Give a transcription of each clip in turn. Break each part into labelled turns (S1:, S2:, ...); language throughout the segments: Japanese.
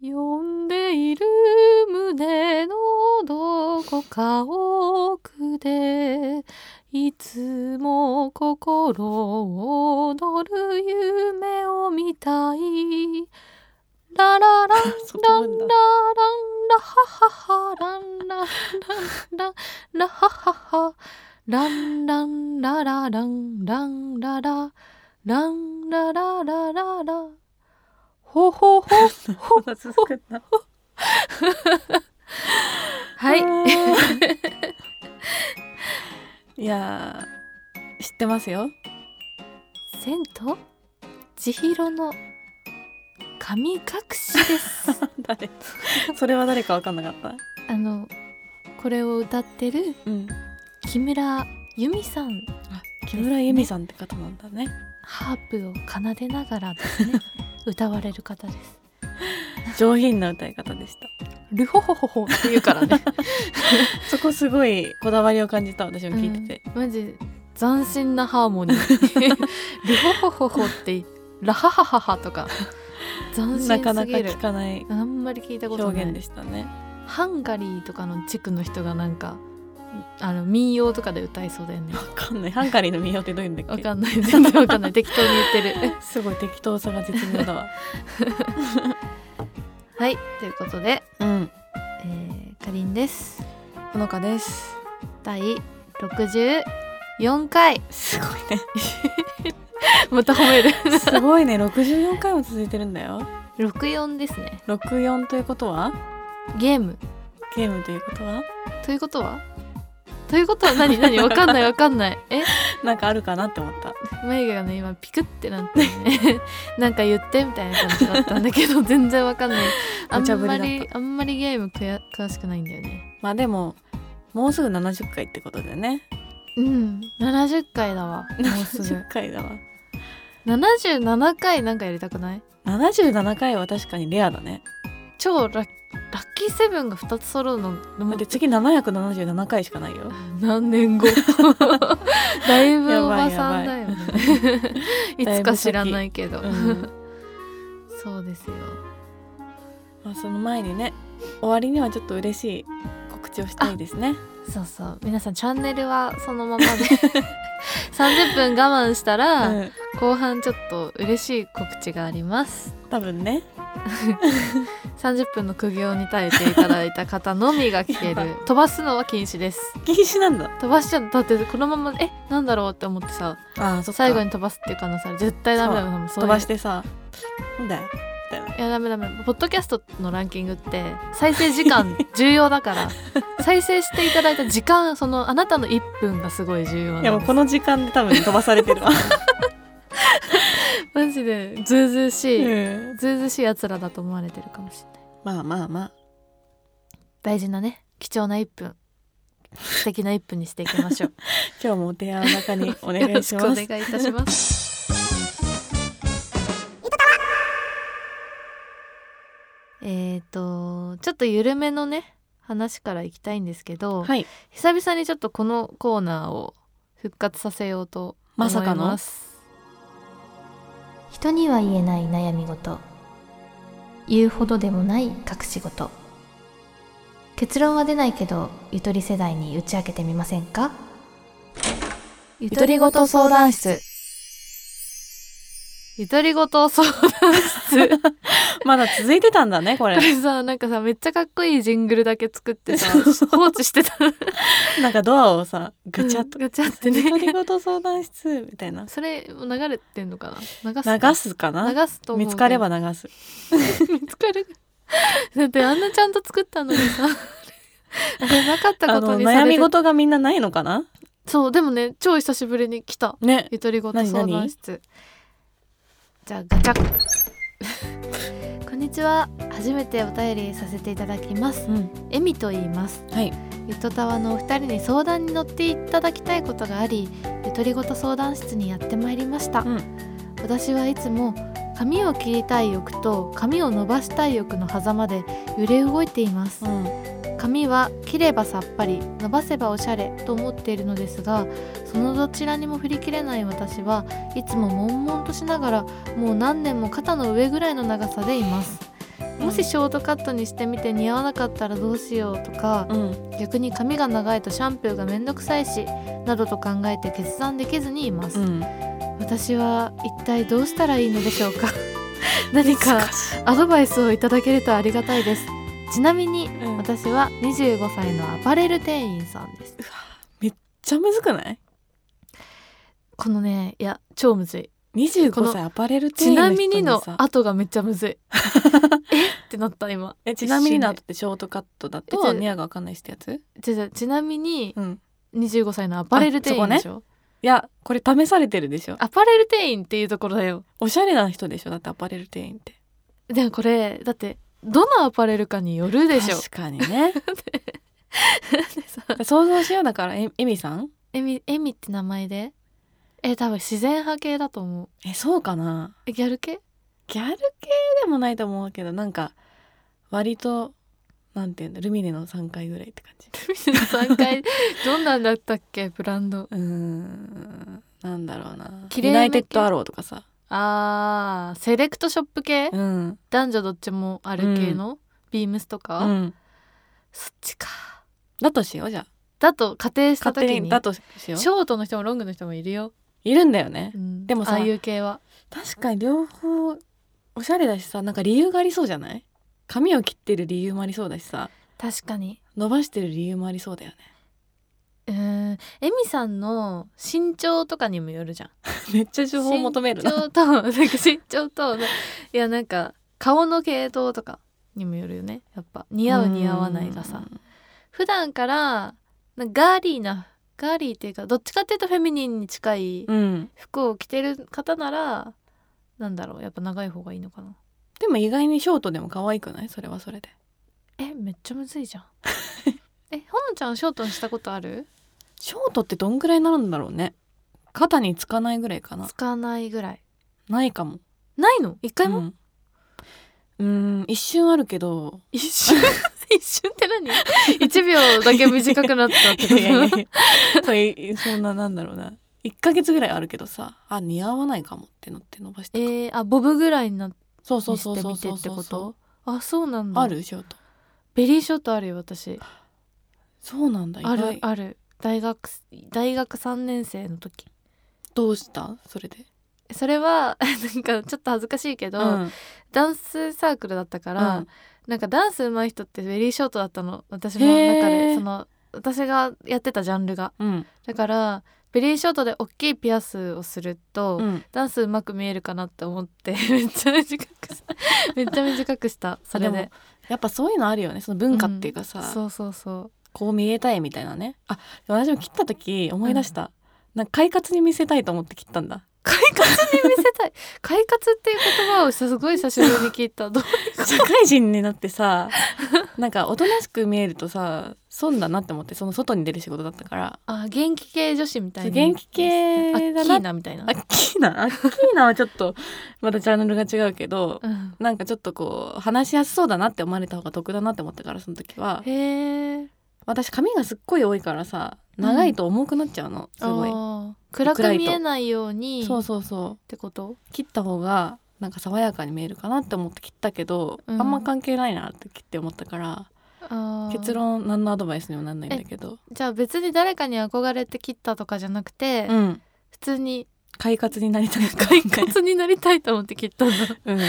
S1: 呼んでいる胸のどこか奥でいつも心躍る夢を見たいラララン
S2: そ
S1: ラ
S2: こ
S1: ンラ
S2: な
S1: ラ
S2: ん
S1: ン
S2: だ
S1: ラハハハランランランランラハハハランランララランランララランラララララほほほほ
S2: まだ続くんだ
S1: はい
S2: いやー知ってますよ
S1: 千と千尋の神隠しです
S2: 誰それは誰か分かんなかった
S1: あのこれを歌ってる
S2: うん
S1: 木村由美さん
S2: 木村由美さんって方なんだ ね
S1: ハープを奏でながらです ね歌われる方です
S2: 上品な歌い方でした
S1: ルホホホホっていうから ね
S2: そこすごいこだわりを感じた私も聞いてて、
S1: マジ斬新なハーモニ ールホホホホってラハハハハとか斬新すぎる
S2: なかなか聞かない
S1: あんまり聞いたことない
S2: 表現でしたね
S1: ハンガリーとかの地区の人がなんかあの民謡とかで歌いそうだよね
S2: わかんないハンガリーの民謡ってどういうんだ
S1: わ
S2: っけ
S1: かんない全然わかんない適当に言っ てる
S2: すごい適当さが絶妙だわ
S1: はいということで、
S2: うん
S1: えー、かりんです
S2: ほのかです
S1: 第64回
S2: すごいね
S1: また褒 める
S2: すご いね64回も続いてるんだよ
S1: 64ですね
S2: 64ということは
S1: ゲーム
S2: ゲームということは
S1: ということはということは何何わかんないわかんないえ
S2: なんかあるかなって思った
S1: 眉毛がね今ピクってなって ねなんか言ってみたいな感じだったんだけど全然わかんないあ
S2: 無
S1: ん
S2: 茶ぶり
S1: ま
S2: だった
S1: りあんまりゲームくや詳しくないんだよね
S2: まあでももうすぐ70回ってことだよね
S1: うん70回だわもうすぐ
S2: 70回だわ
S1: 77回なんかやりたくない
S2: 77回は確かにレアだね
S1: 超ラッラッキーセブンが2つ揃うのも
S2: だって次777回しかないよ
S1: 何年後 だいぶ
S2: や
S1: お
S2: ば
S1: ば
S2: い
S1: さんだよね い
S2: ば
S1: つ
S2: い
S1: か知らないけど、
S2: うん
S1: そうですよ
S2: まあ、その前にね終わりにはちょっと嬉しい告知をしたいですね
S1: そうそう皆さんチャンネルはそのままで 30分我慢したら、
S2: うん、
S1: 後半ちょっと嬉しい告知があります
S2: 多分ね
S1: 30分の苦行に耐えていただいた方のみが聞け
S2: や
S1: る飛ばすのは禁止です
S2: 禁止なんだ
S1: 飛ばしちゃうだってこのままえなんだろうって思ってさ
S2: ああそ
S1: 最後
S2: に
S1: に飛ばすっていう可能性ある絶対ダメだよもうそうい
S2: 飛
S1: う
S2: ばしてさなんだよみたいない
S1: やダメダメポッドキャストのランキングって再生時間重要だ から再生していただいた時間そのあなたの1分がすごい重要なん
S2: い
S1: で
S2: や
S1: す
S2: もうこの時間で多分飛ばされてるわ、
S1: マジでずうず うしい、
S2: うん
S1: ずうずうしいやつらだと思われてるかもしれない
S2: まあまあまあ
S1: 大事なね貴重な1分素敵な1分にしていきましょう
S2: 今日もお手柔らかにお願
S1: よろ
S2: い
S1: し
S2: し
S1: く
S2: ま
S1: お
S2: す
S1: 願いいたします えっとちょっと緩めのね話からいきたいんですけど、
S2: はい
S1: 久々にちょっとこのコーナーを復活させようと思い
S2: ま
S1: ます
S2: さかの
S3: 人には言えない悩み事言うほどでもない隠し事結論は出ないけどゆとり世代に打ち明けてみませんかゆとりごと相談室
S1: ゆとりごと相談室
S2: まだ続いてたんだねこ
S1: こ
S2: れ
S1: れさなんかさめっちゃかっこいいジングルだけ作ってさ放置してた
S2: なんかドアをさガチャッと
S1: ガチャって
S2: 独り
S1: ね
S2: 言相談室みたいな
S1: それ流れてんのかな流すか
S2: 流すかな
S1: 流すと思うけど
S2: 見つかれば流す
S1: 見つかるだってあんなちゃんと作ったのに さあれなかった
S2: あ
S1: こと
S2: の
S1: にさ
S2: 悩
S1: れ
S2: み
S1: て
S2: 事がみんなないのかな
S1: そうでもね超久しぶりに来た
S2: ね
S1: ゆとりごと相談室じゃあガチャ こんにちは初めてお便りさせていただきます
S2: うん
S1: えみと言います
S2: はい
S1: ゆとたわのお二人に相談に乗っていただきたいことがありゆとりごと相談室にやってまいりました、
S2: うん
S1: 私はいつも髪を切りたい欲と髪を伸ばしたい欲の狭間で揺れ動いています
S2: うん
S1: 髪は切ればさっぱり伸ばせばおしゃれと思っているのですがそのどちらにも振り切れない私はいつも悶々としながらもう何年も肩の上ぐらいの長さでいますもしショートカットにしてみて似合わなかったらどうしようとか
S2: うん
S1: 逆に髪が長いとシャンプーがめんどくさいしなどと考えて決断できずにいます、
S2: うん
S1: 私は一体どうしたらいいのでしょうか 何か
S2: 難しい
S1: アドバイスをいただけるとありがたいですちなみに
S2: うんめっ
S1: 私は25歳のアパレル店員さんです
S2: ちゃむずくない
S1: このねいや超むずいこ
S2: 25
S1: の
S2: 歳アパレル店
S1: ち
S2: 員の
S1: な
S2: 人
S1: みにの
S2: さ
S1: 後がめっちゃ むずいえってなった今
S2: えちなみにの
S1: 一瞬
S2: 後
S1: で
S2: ってショートカットだ
S1: えじゃ
S2: と
S1: あ
S2: ニアがわかんないしってやつ
S1: じゃあじゃあちなみに
S2: うん
S1: 25歳のアパレル店員でしょ、
S2: いやこれ試されてるでしょ
S1: アパレル店員っていうところだよ
S2: おしゃれな人でしょだってアパレル店員って
S1: でもこれだってどのアパレルかによるでしょ
S2: 確かにね
S1: でさ
S2: 想像しようだからえエミさん
S1: エミエミって名前でえ多分自然派系だと思う
S2: えそうかな
S1: えギャル系
S2: ギャル系でもないと思うけどなんか割となんていうんだルミネの3回ぐらいって感じ
S1: 3 回どんなんだったっけブランド
S2: うーんなんだろうな
S1: 綺麗め系
S2: ユナイテッドアローとかさ
S1: あーセレクトショップ系
S2: うん
S1: 男女どっちもある系の、ビームスとか、
S2: うん
S1: そっちか
S2: だとしようじゃあ
S1: だと仮定した
S2: 勝手
S1: 時
S2: に
S1: に
S2: だとしよ
S1: ショートの人もロングの人もいるよ、
S2: ういるんだよね
S1: うん
S2: でもさ
S1: ああいう系は
S2: 確かに両方おしゃれだしさなんか理由がありそうじゃない髪を切ってる理由もありそうだしさ
S1: 確かに
S2: 伸ばしてる理由もありそうだよね
S1: うーんエミさんの身長とかにもよるじゃん
S2: めっちゃ情報求める
S1: 身
S2: な
S1: 長となんか身長といやなんか顔の系統とかにもよるよねやっぱ似合う似合わないがさ普段からなんかガーリーなガーリーっていうかどっちかっていうとフェミニンに近い
S2: うんうん
S1: 服を着てる方ならなんだろうやっぱ長い方がいいのかな
S2: でも意外にショートでも可愛くないそれはそれで
S1: えめっちゃむずいじゃんえほのちゃんショートにしたことある
S2: ショートってどんぐらいになるんだろうね肩につかないぐらいかな
S1: つかないぐらい
S2: ないかも
S1: ないの一回
S2: う
S1: も、
S2: んうーん一瞬あるけど
S1: 一瞬一瞬って何一秒だけ短くなったってこと
S2: いやいやいや そういそんななんだろうな1ヶ月ぐらいあるけどさあ似合わないかもってなって伸ばして
S1: え
S2: く
S1: ー、あボブぐらいになっ
S2: そうそうそうそう
S1: 見せ
S2: そ
S1: て
S2: う
S1: みてって
S2: そ
S1: こ
S2: う
S1: とあそうなんだ
S2: あるショート
S1: ベリーショットあるよ私
S2: そうなんだ意
S1: ある
S2: 外
S1: ある大学大学3年生の時
S2: どうしたそれで
S1: それは なんかちょっと恥ずかしいけど、
S2: うん
S1: ダンスサークルだったから、
S2: うん
S1: なんかダンス上手い人ってベリーショートだったの私の中
S2: へ
S1: で
S2: ー
S1: その私がやってたジャンルが
S2: うん
S1: だからベリーショートで大きいピアスをすると、
S2: うん
S1: ダンス上手く見えるかなって思って めっちゃ短くしためっちゃ短くしたそれ
S2: あで
S1: で
S2: もやっぱそういうのあるよねその文化っていうかさ、
S1: そうそうそう
S2: こう見えたいみたいなねあでも私も切った時思い出した、なんか快活に見せたいと思って切ったんだ
S1: 快活に見せたい快活っていう言葉をすごい久しぶりに聞いたどう
S2: 社会人になってさなんかおとなしく見えるとさ損だなって思ってその外に出る仕事だったから
S1: あ元気系女子みたいな
S2: 元気系だな
S1: アッキーナみたいな
S2: アッキーナアッキーナはちょっとまたチャンネルが違うけど
S1: うん、
S2: なんかちょっとこう話しやすそうだなって思われた方が得だなって思ったからその時は
S1: へえ
S2: 私髪がすっごい多いからさ長いと重くなっちゃうの、すごい
S1: 暗
S2: 暗
S1: く
S2: いと
S1: 見えないように
S2: そう
S1: っ
S2: そうそ
S1: てこと
S2: う切った方がなんか爽やかに見えるかなって思って切ったけど、
S1: うん
S2: あんま関係ないなって切って思ったから
S1: あー
S2: 結論何のアドバイスにもなんないんだけど、
S1: じゃあ別に誰かに憧れて切ったとかじゃなくて、
S2: うん、
S1: 普通に
S2: 快活になりたいから
S1: 快活になりたいと思って切ったんだ、
S2: うんで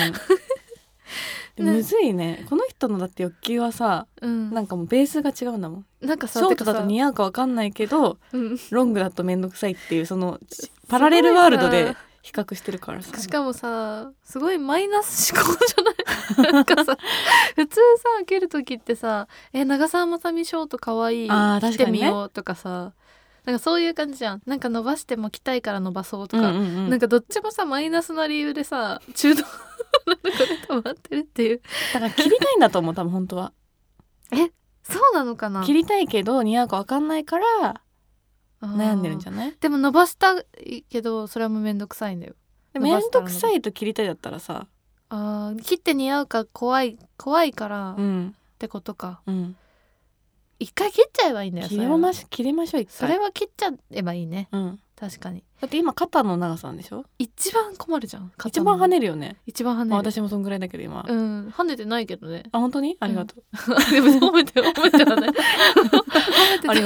S2: むずいねこの人のだって欲求はさ
S1: うん、
S2: なんかもうベースが違うんだもん
S1: なんか
S2: シ
S1: さ
S2: ョートだ
S1: て
S2: と
S1: かさ
S2: 似合うかわかんないけど
S1: うん
S2: ロングだと面倒くさいっていうそのパラレルワールドで比較してるからさ
S1: しかもさすごいマイナス思考じゃない なんかさ普通さ開ける時ってさ「え長澤まさみショートかわいい
S2: あー
S1: 着
S2: 確
S1: て
S2: かにね
S1: みよう」とかさなんかそういう感じじゃんなんか伸ばしても着たいから伸ばそうとか、
S2: うんうんうん
S1: なんかどっちもさマイナスな理由でさ中途なとこで止まってるっていう
S2: だから切りたいんだと思う多分本当は
S1: そうなのかな
S2: 切りたいけど似合うかわかんないから悩んでるんじ
S1: ゃん
S2: ゃない
S1: でも伸ばしたいけどそれも面倒くさいんだよ
S2: で面倒くさいと切りたいだったらさ
S1: あー切って似合うか怖い怖いからっ
S2: うん
S1: てことか
S2: うん
S1: 一回切っちゃえばいいんだよ
S2: 切れま
S1: それは
S2: し切れましょう一
S1: そ
S2: 回
S1: れは切っちゃえばいいね
S2: うん、
S1: 確かに
S2: だって今肩の長さなんでしょ
S1: 一番困るじゃん
S2: 一番跳ね
S1: る
S2: るよね、
S1: 一番跳ねる、
S2: まあ、私もそんぐらいだけど今、
S1: うん跳ねてないけど ね
S2: あ本当にありがとう、
S1: でも褒めて褒めては ない褒めてた
S2: ありが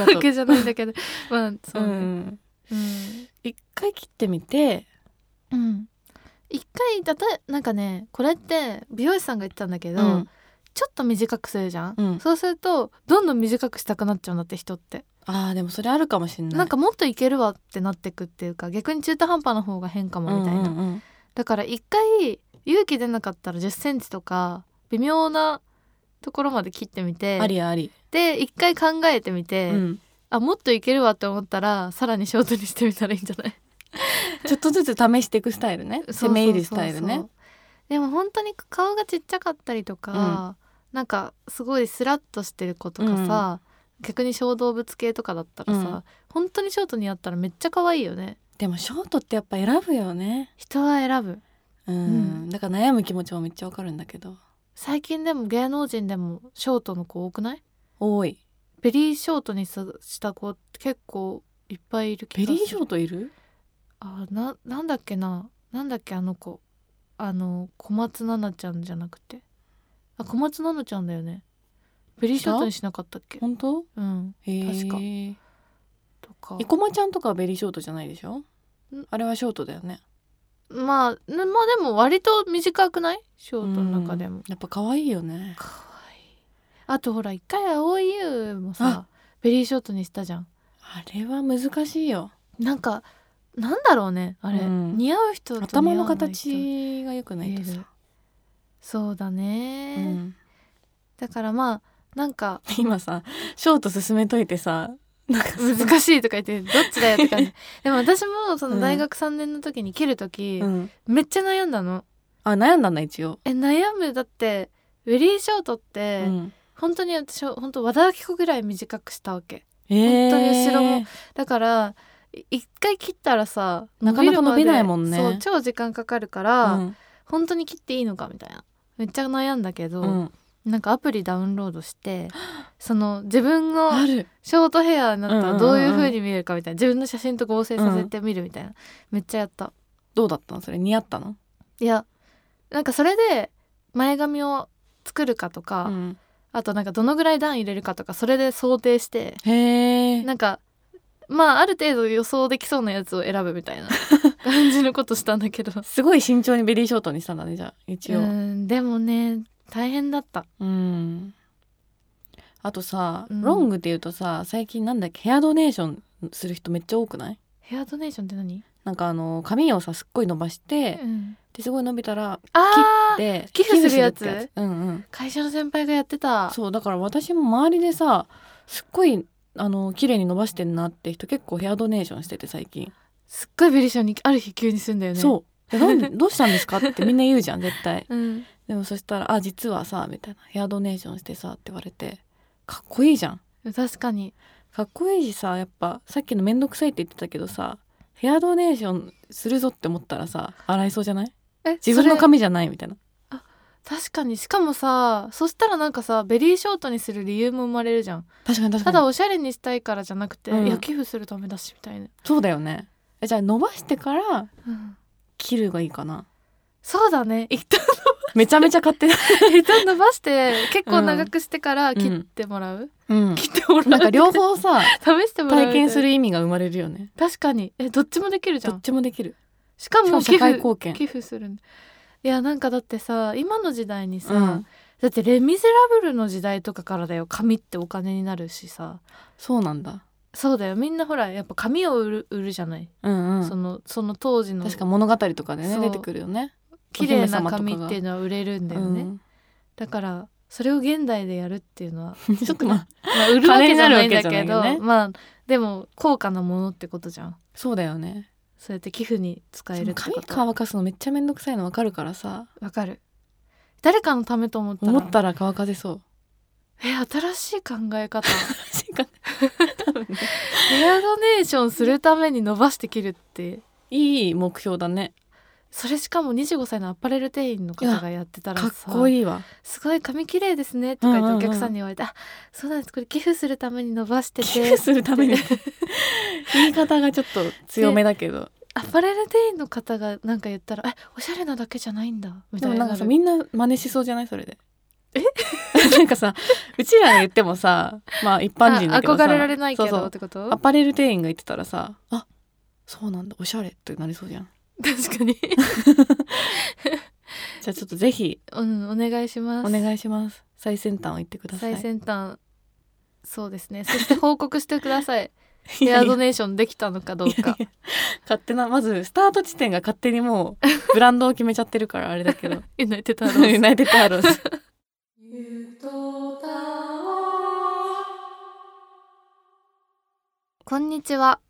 S2: とう
S1: わけじゃないんだけど まあそううね、
S2: ん
S1: うん
S2: 一回切ってみて
S1: うん一回だたなんかねこれって美容師さんが言ってたんだけど、
S2: うん
S1: ちょっと短くするじゃん、
S2: うん
S1: そうするとどんどん短くしたくなっちゃうんだって人って、
S2: あーでもそれあるかもしんない
S1: なんかもっといけるわってなってくっていうか逆に中途半端な方が変かもみたいな、
S2: うんうん
S1: だから一回勇気出なかったら1 0ンチとか微妙なところまで切ってみ
S2: う
S1: て
S2: んありあり、
S1: で一回考えてみて、
S2: うん、
S1: あもっといけるわって思ったらさらにショートにしてみたらいいんじゃない
S2: ちょっとずつ試していくスタイルね攻め入るスタイル
S1: そうそうそうそ
S2: ね
S1: うでも本当に顔がちっちゃかったりとか、なんかすごいスラッとしてる子とかさ、逆に小動物系とかだったらさ、
S2: うん
S1: 本当にショートにやったらめっちゃ可愛いよね
S2: でもショートってやっぱ選ぶよね
S1: 人は選ぶ
S2: うん、
S1: うん
S2: だから悩む気持ちもめっちゃわかるんだけど
S1: 最近でも芸能人でもショートの子多くない
S2: 多い
S1: ベリーショートにさした子って結構いっぱいいる気
S2: ベ
S1: がす
S2: リ
S1: る
S2: ーショートいる
S1: あななんだっけななんだっけあの子あの小松菜奈ちゃんじゃなくてあ小松菜奈ちゃんだよねベリーショートにしなかったっけ
S2: 本当
S1: うん確か
S2: へえ
S1: とか
S2: 生駒ちゃんとかはベリーショートじゃないでしょ
S1: ん
S2: あれはショートだよね
S1: まあねまあでも割と短くないショートの中で
S2: うん
S1: も
S2: やっぱ可愛いよね
S1: かわいいあとほら一回蒼井優もさベリーショートにしたじゃん
S2: あれは難しいよ
S1: なんかなんだろうねあれ、
S2: うん
S1: 似合う人と似合わな
S2: 頭
S1: い人
S2: の形が良くないとさ、
S1: そうだね、
S2: うん
S1: だからまあなんか
S2: 今さショート進めといてさなんかさ
S1: 難しいとか言ってどっちだよって感 じでも私もその大学3年の時に切る時、
S2: うん
S1: めっちゃ悩んだの
S2: あ悩んだんだ一応、
S1: え悩むだってウェリーショートっ
S2: う
S1: て、
S2: ん、
S1: 本当に私は本当和田アキ子ぐらい短くしたわけ
S2: えー
S1: 本当に後ろもだからい一回切ったらさ
S2: なかなか伸びない
S1: るまで
S2: もんね
S1: そう超時間かかるから、
S2: うん
S1: 本当に切っていいのかみたいなめっちゃ悩んだけど、
S2: うん
S1: なんかアプリダウンロード してその自分の
S2: ある
S1: ショートヘアになったらどういう
S2: うんうんうん
S1: 風に見えるかみたいな自分の写真と合成させてみるみたいな、めっちゃやった
S2: どうだったのそれ似合ったの、
S1: いやなんかそれで前髪を作るかとか、
S2: うん
S1: あとなんかどのぐらい段入れるかとかそれで想定して
S2: へえ
S1: なんかまあある程度予想できそうなやつを選ぶみた いな感じのことしたんだけど
S2: すごい慎重にベリーショートにしたんだねじゃあ一
S1: う
S2: 応
S1: んでもね大変だった
S2: うんあとさ、
S1: うん
S2: ロングっていうとさ最近なんだっけヘアドネーションする人めっちゃ多くない
S1: ヘアドネーションって何、
S2: なんかあの髪をさすっごい伸ばして、
S1: うん、
S2: ですごい伸びたら
S1: あー
S2: で
S1: 寄付するやつ
S2: 寄付ってうんうん
S1: 会社の先輩がやってた
S2: そうだから私も周りでさすっごいあの綺麗に伸ばしてんなって人結構ヘアドネーションしてて最近、
S1: すっごいベリーションにある日急にすんだよね
S2: そうでなんでどうしたんですかってみんな言うじゃん絶対
S1: うん、
S2: でもそしたら「あ実はさ」みたいな「ヘアドネーションしてさ」って言われてかっこいいじゃん
S1: 確かに
S2: かっこいいしさやっぱさっきの面倒くさいって言ってたけどさヘアドネーションするぞって思ったらさ洗いそうじゃない
S1: え
S2: 自分の
S1: それ
S2: 髪じゃないみたいな
S1: 確かにしかもさそしたらなんかさベリーショートにする理由も生まれるじゃん
S2: 確かに確か
S1: た
S2: に
S1: だおしゃれにしたいからじゃなくて、
S2: うん
S1: いや寄付するためだしみたいな、
S2: そうだよねえじゃあ伸ばしてから切るがいいかな
S1: そうだ ね一旦
S2: めちゃめちゃ買って
S1: 一旦伸ばして結構長くしてから切ってもらう、
S2: うん
S1: 切ってもらう
S2: なんか両方 さ
S1: 試してもらう
S2: 体験す
S1: る
S2: る意味が生まれるよね
S1: 確かにえどっちもできるじゃ
S2: どっ
S1: ん
S2: ちもできる
S1: しか
S2: しか
S1: も
S2: も社
S1: 寄
S2: 会
S1: 付
S2: 貢献
S1: 寄付するんいやなんかだってさ今の時代にさ、
S2: うん
S1: だって「レ・ミゼラブル」の時代とかからだよ紙ってお金になるしさ
S2: そうなんだ
S1: そうだよみんなほらやっぱ紙を売る売るじゃない、
S2: うんうん
S1: そのその当時の
S2: 確か物語とかでね
S1: そう
S2: 出てくるよね
S1: 綺麗な
S2: お姫様
S1: 紙
S2: とかが
S1: っていうのは売れるんだよね、だからそれを現代でやるっていうのは、
S2: うん ちょっとまあ
S1: まあ、売るわけじゃないんだけ
S2: 金になる
S1: ど
S2: わけじゃないよね
S1: まあでも高価なものってことじゃん
S2: そうだよね
S1: そうやって寄付に使える
S2: 髪
S1: ってこと
S2: 乾かすのめっちゃめんどくさいのわかるからさ
S1: わかる誰かのためと思ったら
S2: 思ったら乾かせ そう
S1: え新しい考え方 ヘアドネーションするために伸ばして切るって
S2: いい目標だね
S1: それしかも25歳のアパレル店員の方がやってたら
S2: か
S1: さ
S2: っこ
S1: い
S2: いいわ
S1: すごい髪綺麗ですね」って書いて
S2: うんうんうん
S1: お客さんに言われて「あそうなんですこれ寄付するために伸ばして
S2: 寄
S1: て
S2: 付するために 言い方がちょっと強めだけど
S1: アパレル店員の方がなんか言ったら「えおしゃれなだけじゃないんだ」みた
S2: で
S1: い
S2: も
S1: にな
S2: なんかさ
S1: る
S2: みんな真似しそうじゃないそれでえ なんかさうちらに言ってもさまあ一般人だけど
S1: あ
S2: さ
S1: 憧れられないけど
S2: そうそう
S1: ってこ
S2: ア
S1: と
S2: パレル店員が言ってたらさあそうなんだおしゃれってなりそうじゃん
S1: 確か に
S2: じゃあちょっとぜひ
S1: うんお願いしま
S2: お
S1: す
S2: 願いします最先端を言ってください
S1: 最先端そうですねそして報告してください
S2: い
S1: ヘ
S2: や
S1: ア
S2: いや
S1: ドネーションできたのかどうか
S2: いやいや勝手なまずスタート地点が勝手にもうブランドを決めちゃってるからあれだ けど
S1: ユナイテッドアローズ
S2: ユナイテッドアロ ーズ
S1: こんにちは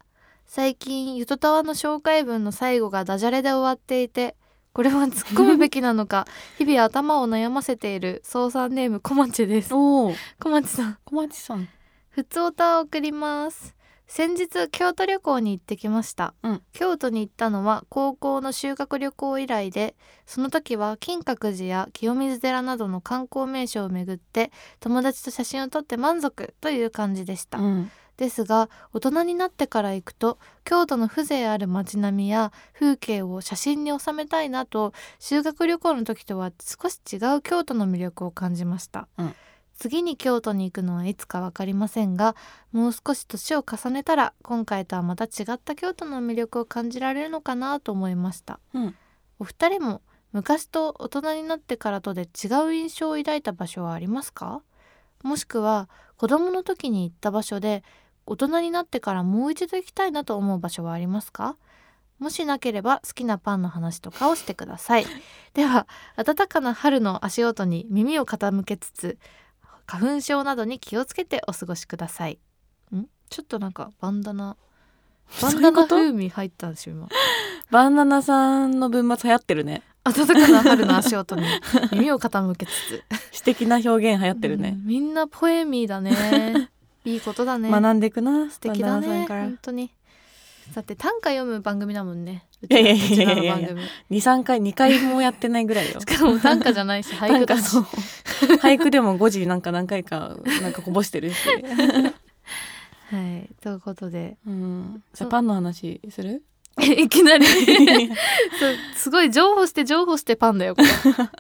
S1: 最近ゆとたわの紹介文の最後がダジャレで終わっていてこれは突っ込むべきなの か日々頭を悩ませている操作ネームこまちです
S2: おお
S1: こまちさん
S2: 小町さん
S1: ふつおたを送ります先日京都旅行に行ってきました、
S2: うん
S1: 京都に行ったのは高校の修学旅行以来でその時は金閣寺や清水寺などの観光名所を巡って友達と写真を撮って満足という感じでした、
S2: うん
S1: ですが大人になってから行くと京都の風情ある街並みや風景を写真に収めたいなと修学旅行の時とは少し違う京都の魅力を感じました、
S2: うん
S1: 次に京都に行くのはいつか分かりませんがもう少し年を重ねたら今回とはまた違った京都の魅力を感じられるのかなと思いました、
S2: うん
S1: お二人も昔と大人になってからとで違う印象を抱いた場所はありますかもしくは子供の時に行った場所で大人になってからもう一度行きたいなと思う場所はありますかもしなければ好きなパンの話とかをしてくだ さいでは暖かな春の足音に耳を傾けつつ花粉症などに気をつけてお過ごしくださいんちょっとなんかバンダナバンダナ
S2: そういう
S1: 風味入ったんですよ今
S2: バンナナさんの文末流行ってるね
S1: 暖かな春の足音 に耳を傾けつつ
S2: 詩的な表現流行ってるね
S1: う、んみんなポエミーだ ねいいことだね
S2: 学んでいくな
S1: 素敵だ
S2: バンナナさ
S1: ね
S2: んから
S1: 本当にだって短歌読む番組だもんねう
S2: いやいや
S1: ち
S2: いや
S1: ら
S2: いや
S1: の
S2: いや
S1: 番組
S2: 23回2回もやってないぐらいよ
S1: しかも短歌じゃない し 俳句だ
S2: な
S1: し
S2: んかそう俳句でも5時なんか何回かなんかこぼしてるし、
S1: はいと いうことで
S2: うん、じゃあパンの話 する
S1: いきな りそうすごい譲歩して譲歩してパンだよ これ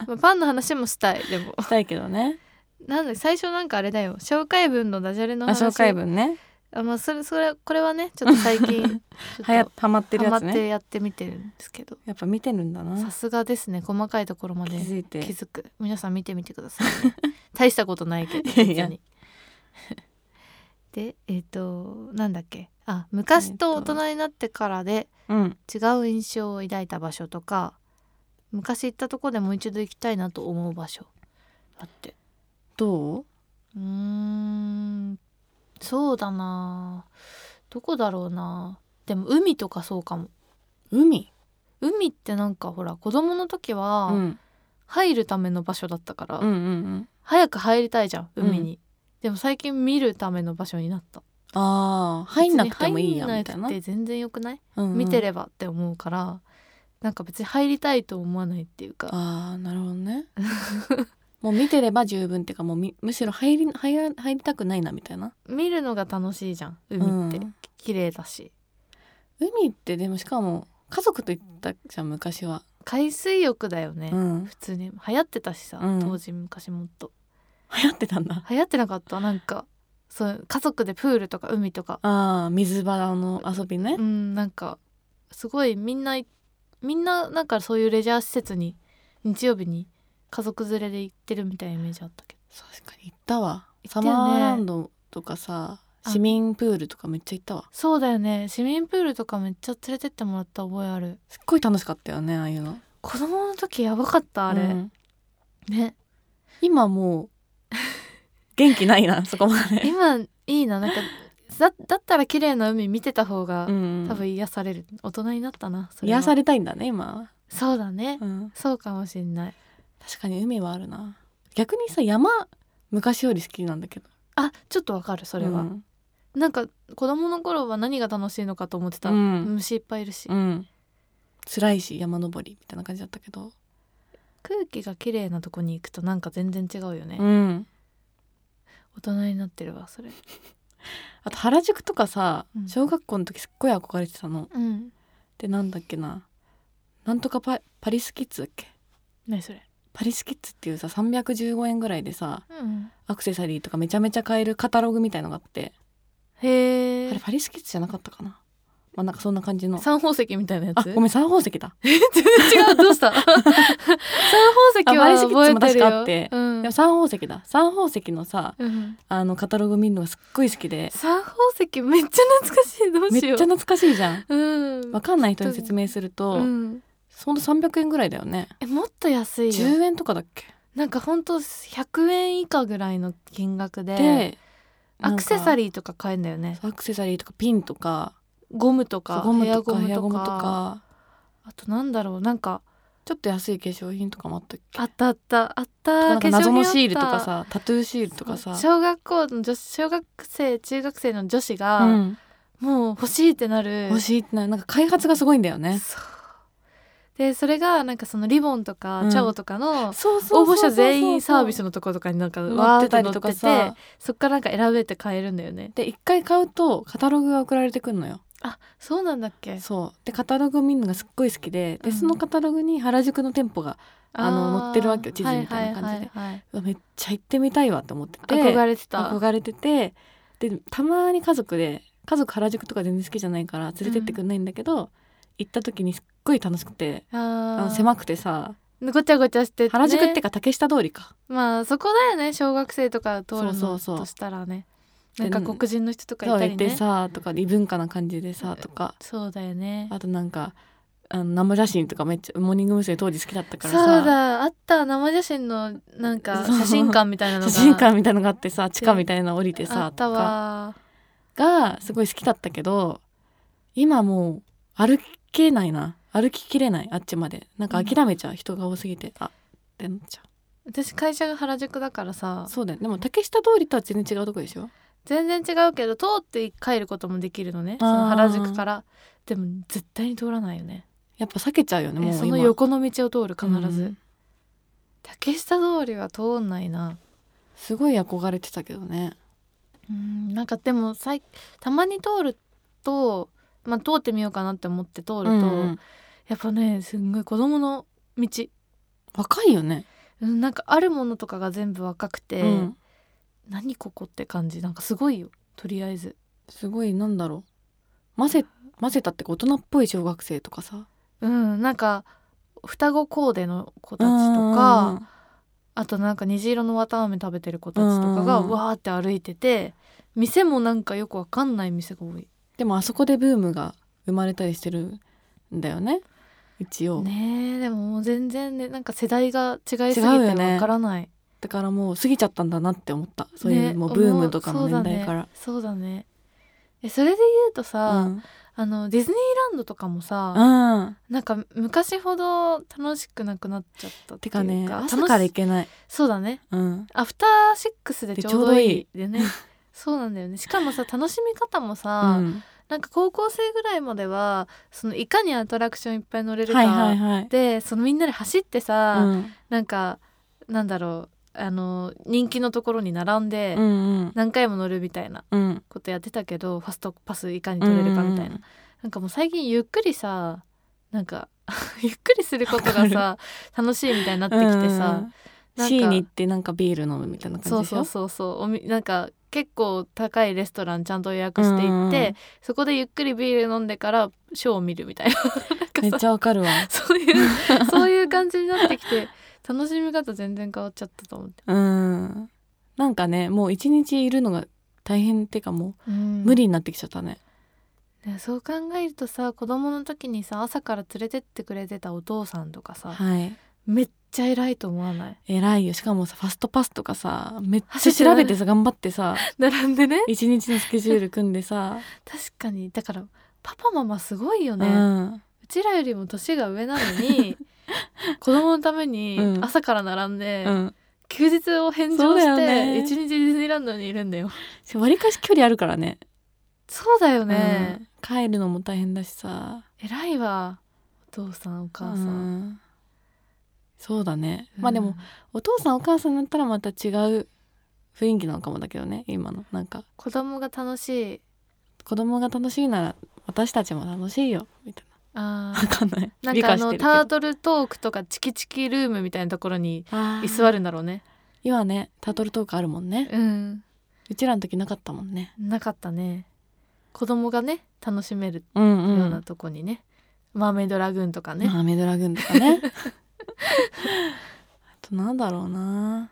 S1: まあパンの話もしたいでも
S2: したいけどね
S1: なんで最初なんかあれだよ紹介文のダジャレの
S2: あ
S1: 話
S2: 紹介文ね
S1: あまあそれそれこれはねちょっと最 近ちょっと
S2: はやハマってる
S1: ハマっ
S2: やつね
S1: てやってみてるんですけど
S2: やっぱ見てるんだな
S1: さすがですね細かいところま
S2: 気
S1: で
S2: づいて
S1: 気づく皆さん見てみてくださ いね大したことないけど
S2: いやいや
S1: 別にでえっ、となんだっけあ昔と大人になってからで
S2: うん
S1: 違う印象を抱いた場所とか昔行ったとこでもう一度行きたいなと思う場所だって
S2: どう
S1: うーんそうだなどこだろうなでも海とかそうかも
S2: 海
S1: 海ってなんかほら子供の時
S2: うんう
S1: は
S2: ん
S1: 入るための場所だったから、
S2: うんうん
S1: 早く入りたいじゃん
S2: うん
S1: 海に、でも最近見るための場所になった
S2: ああ入んなくてもいいや
S1: 別に
S2: みたい
S1: 入
S2: な
S1: んなくて全然よくない、
S2: うんうん
S1: 見てればって思うからなんか別に入りたいと思わないっていうか
S2: ああなるほどねもう見てれば十分っていうかもうみむしろ入り入ら入りたくないなみたいな
S1: 見るのが楽しいじゃん海って、
S2: うん
S1: 綺麗だし
S2: 海ってでもしかも家族と行ったじゃん昔は、
S1: 海水浴だよね、
S2: うん
S1: 普通に流行ってたしさ、
S2: うん
S1: 当時昔もっと
S2: 流行ってたんだ
S1: 流行ってなかったなんかそう家族でプールとか海とか
S2: ああ水場の遊びね
S1: うんなんかすごいみんないみんななんかそういうレジャー施設に日曜日に家族連れで行ってるみたいなイメージあったけ
S2: 確かに行ったわ
S1: 行った
S2: サ
S1: よね
S2: マーランドとかさ
S1: あ
S2: 市民プールとかめっちゃ行ったわ
S1: どそうだよね市民プールとかめっちゃ連れてってもらった覚えある
S2: すっごい楽しかったよねああいうの
S1: 子供の時やばかったあれ、
S2: うん
S1: ね
S2: 今も う元気ないなそこまで、
S1: 今いいななんかだだったら綺麗な海見てた方が、
S2: うん、
S1: 多分癒される大人になったなそれは
S2: 癒されたいんだね今は、
S1: そうだね、
S2: うん、
S1: そうかもしんない
S2: 確かに海はあるな逆にさ山昔より好きなんだけど
S1: あちょっとわかるそれは、
S2: うん
S1: なんか子供の頃は何が楽しいのかと思ってた、
S2: うん
S1: 虫いっぱいいるし、
S2: うん辛いし山登りみたいな感じだったけど、
S1: 空気が綺麗なとこに行くとなんか全然違うよね、
S2: うん、
S1: 大人になってるわそれ
S2: あと原宿とかさ
S1: うん
S2: 小学校の時すっごい憧れてたの、
S1: うん
S2: でなんだっけななんとかパパリスキッズだっけ
S1: 何それ
S2: パリスキッズっていうさ315円ぐらいでさ
S1: うん
S2: アクセサリーとかめちゃめちゃ買えるカタログみたいのがあって
S1: へ
S2: あ
S1: え
S2: れパリスキッズじゃなかったかなまあなんかそんな感じの
S1: 三宝石みたいなやつ
S2: あごめん三宝石だ
S1: 全然違うどう した三宝石
S2: あマリ
S1: は
S2: スキッズも
S1: 覚えて
S2: 確
S1: る
S2: か
S1: よ
S2: あって
S1: うん
S2: でも三宝石だ三宝石のさ
S1: うん
S2: あのカタログ見るのがすっごい好きで
S1: 三宝石めっちゃ懐かしいどう
S2: め
S1: し
S2: っちゃ
S1: よう
S2: 懐かしいじゃん
S1: うん
S2: わかんない人に説明すると、
S1: うん
S2: その300円ぐらいだよね
S1: えもっと安いよ
S2: 10円とかだっけ、
S1: なんかほんと100円以下ぐらいの金額で
S2: で
S1: アクセサ
S2: リ
S1: リーとか買えんだよね
S2: ーアクセサリーとかピンとか
S1: ゴムとか
S2: ゴム
S1: ヘア
S2: と
S1: ゴ
S2: か
S1: ム
S2: ヘア
S1: と
S2: ゴムと
S1: か
S2: か
S1: あとなんだろうなんか
S2: ちょっと安い化粧品とかもあったっけ
S1: あったあったあった
S2: なんか謎のシールと
S1: 化粧品あ
S2: か
S1: った
S2: さタトゥーシールとかさ
S1: 小学校の女子小学生中学生の女子が、
S2: うん、
S1: もう欲しいってなる
S2: 欲しいってななんか開発がすごいんだよね
S1: そうでそれがなんかそのリボンとか、
S2: うん
S1: チャオとかの
S2: そう
S1: 応募者全員サービス
S2: の
S1: のところとかになんか
S2: 乗
S1: わー
S2: って
S1: って
S2: た
S1: 乗
S2: り
S1: って
S2: と
S1: て
S2: かさ
S1: そっからなんか選べて買えるんだよね
S2: で一回買うとカタログが送られてくるのよ
S1: あそうなんだっけ
S2: そうでカタログ見るのがすっごい好きでで
S1: うん
S2: そのカタログに原宿の店舗があの
S1: ー
S2: 載ってるわけよ地図みたいな感じ
S1: はいはい
S2: で
S1: はいはいう
S2: わめっちゃ行ってみたいわって思ってて
S1: 憧れてた
S2: 憧れててでたまに家族で家族原宿とか全然好きじゃないから連れてってくんないんだけど、行った時にすっごい楽しくて
S1: あ
S2: あの
S1: ー
S2: 狭くてさ
S1: ごちゃごちゃして、ね、
S2: 原宿ってか竹下通りか
S1: まあそこだよね小学生とか通る
S2: そう
S1: の
S2: そうそう
S1: としたらね
S2: で
S1: なんか黒人の人とかい
S2: そう
S1: た
S2: 行
S1: り
S2: って
S1: ねそう
S2: さとか異文化な感じでさとか
S1: だよね
S2: あとなんかあの生写真とかめっちゃモーニング娘。当時好きだったか
S1: そう
S2: らさ
S1: だあった生写真のなんか
S2: そう
S1: 写真館みたいなの
S2: 写
S1: が
S2: 真館みたいのがあってさ地下みたいなの降りて
S1: あ
S2: さ
S1: っ
S2: と
S1: た
S2: か
S1: わ
S2: がすごい好きだったけど今もう歩けないな歩ききれないあっちまでなんか諦めちゃう、人が多すぎてあってなっちゃ
S1: 私会社が原宿だからさ
S2: うそうだよねでも竹下通りとは全然違うとこでしょ
S1: 全然違うけど通って帰ることもできるのね
S2: あ
S1: そ
S2: ー
S1: の原宿からでも絶対に通らないよね
S2: やっぱ避けちゃうよねもう
S1: え
S2: 今
S1: その横の道を通る必ず、
S2: うん
S1: 竹下通りは通んないな
S2: すごい憧れてたけどね
S1: うんなんかでもさいたまに通ると、まあ、通ってみようかなって思って通ると、
S2: うんうん
S1: やっぱねすんごい子供の道、
S2: 若いよね、
S1: うん、なんかあるものとかが全部若くて、
S2: うん
S1: 何ここって感じなんかすごいよとりあえず、
S2: すごいなんだろう混ぜ混ぜたってか大人っぽい小学生とかさ
S1: うん、なんか双子コーデの子たちとか、
S2: うん
S1: あとなんか虹色の綿あめ食べてる子たちとかが
S2: うんうんうん
S1: わーって歩いてて店もなんかよくわかんない店が多い
S2: でもあそこでブームが生まれたりしてるんだよね一応、
S1: ねえでももう全然ねなんか世代が違いすぎて
S2: 違うよね
S1: わからない、
S2: だからもう過ぎちゃったんだなって思ったそういう、
S1: ね
S2: もうブームとかの年代から
S1: 思うそうだねそうだねえそれで言うとさ、あのディズニーランドとかもさ、
S2: うん、うん、
S1: なんか昔ほど楽しくなくなっちゃったって
S2: て
S1: いうか
S2: かね
S1: 楽し
S2: 朝から行けない、
S1: そうだね
S2: うん、
S1: アフターシックスでちょうどいいでね そうなんだよねしかもさ楽しみ方もさ、
S2: うん
S1: なんか高校生ぐらいまではそのいかにアトラクションいっぱい乗れるか、
S2: はいはいはい、
S1: でそのみんなで走ってさ、
S2: うん
S1: なんかなんだろうあの人気のところに並んで
S2: うんうん
S1: 何回も乗るみたいな
S2: うん
S1: ことやってたけど、ファストパスいかに取れるかみたいな、
S2: うん
S1: なんかもう最近ゆっくりさなんか ゆっくりすることがさ楽しいみたいになってきてさ、
S2: うん
S1: なんか
S2: C に行ってなんかビール飲むみたいな
S1: そ
S2: 感
S1: う
S2: じでし
S1: そ
S2: ょ
S1: うそうそうおみなんか結構高いレストランちゃんと予約してい
S2: うん
S1: っ
S2: うんう
S1: て
S2: ん
S1: そこでゆっくりビール飲んでからショーを見るみたいな
S2: め
S1: なん
S2: っ
S1: か
S2: ち
S1: さ
S2: ゃわかるわ
S1: そういうそういう感じになってきて楽しみ方全然変わっちゃったと思って、
S2: うんなんかねもう一日いるのが大変ってかもう無理になってきちゃったね、
S1: ねそう考えるとさ子供の時にさ朝から連れてってくれてたお父さんとかさ
S2: はい
S1: めっちゃ偉いと思わ ない
S2: 偉いよしかもさファストパスとかさめっち
S1: 走
S2: ゃ
S1: ってな
S2: 調
S1: い
S2: べてさ頑張ってさ
S1: 並んでね
S2: 一日のスケジュール組んでさ、
S1: 確かにだからパパママすごいよ
S2: う、
S1: ね、うんちらよりも年が上なのに 子供のために
S2: うん
S1: 朝から並んで、
S2: うん、
S1: 休日を返
S2: そう
S1: 上
S2: だ
S1: し
S2: よ
S1: て
S2: ね
S1: 一日ディズニーランドにいるんだよ
S2: わりかし距離あるからね
S1: そうだよね、
S2: うん帰るのも大変だしさ
S1: 偉いわお父さんお
S2: お
S1: 母さん、
S2: そうだねまあでも、お父さんお母さんだったらまた違う雰囲気なのかもだけどね今のなんか
S1: 子供が楽しい
S2: 子供が楽しいなら私たちも楽しいよみたい
S1: あ
S2: なわかんない
S1: なん
S2: 美
S1: か
S2: 化
S1: あ
S2: して
S1: の
S2: るけど
S1: タートルトークとかチキチキルームみたいなところに
S2: あー
S1: 居座るんだろうね
S2: 今ねタートルトークあるもんね
S1: うん
S2: うちらの時なかったもんね
S1: なかったね子供がね楽しめる
S2: うん
S1: よ
S2: う
S1: うんなとこにね、マーメイドラグーンとかね、
S2: まあメドラ軍とかねあとなんだろうな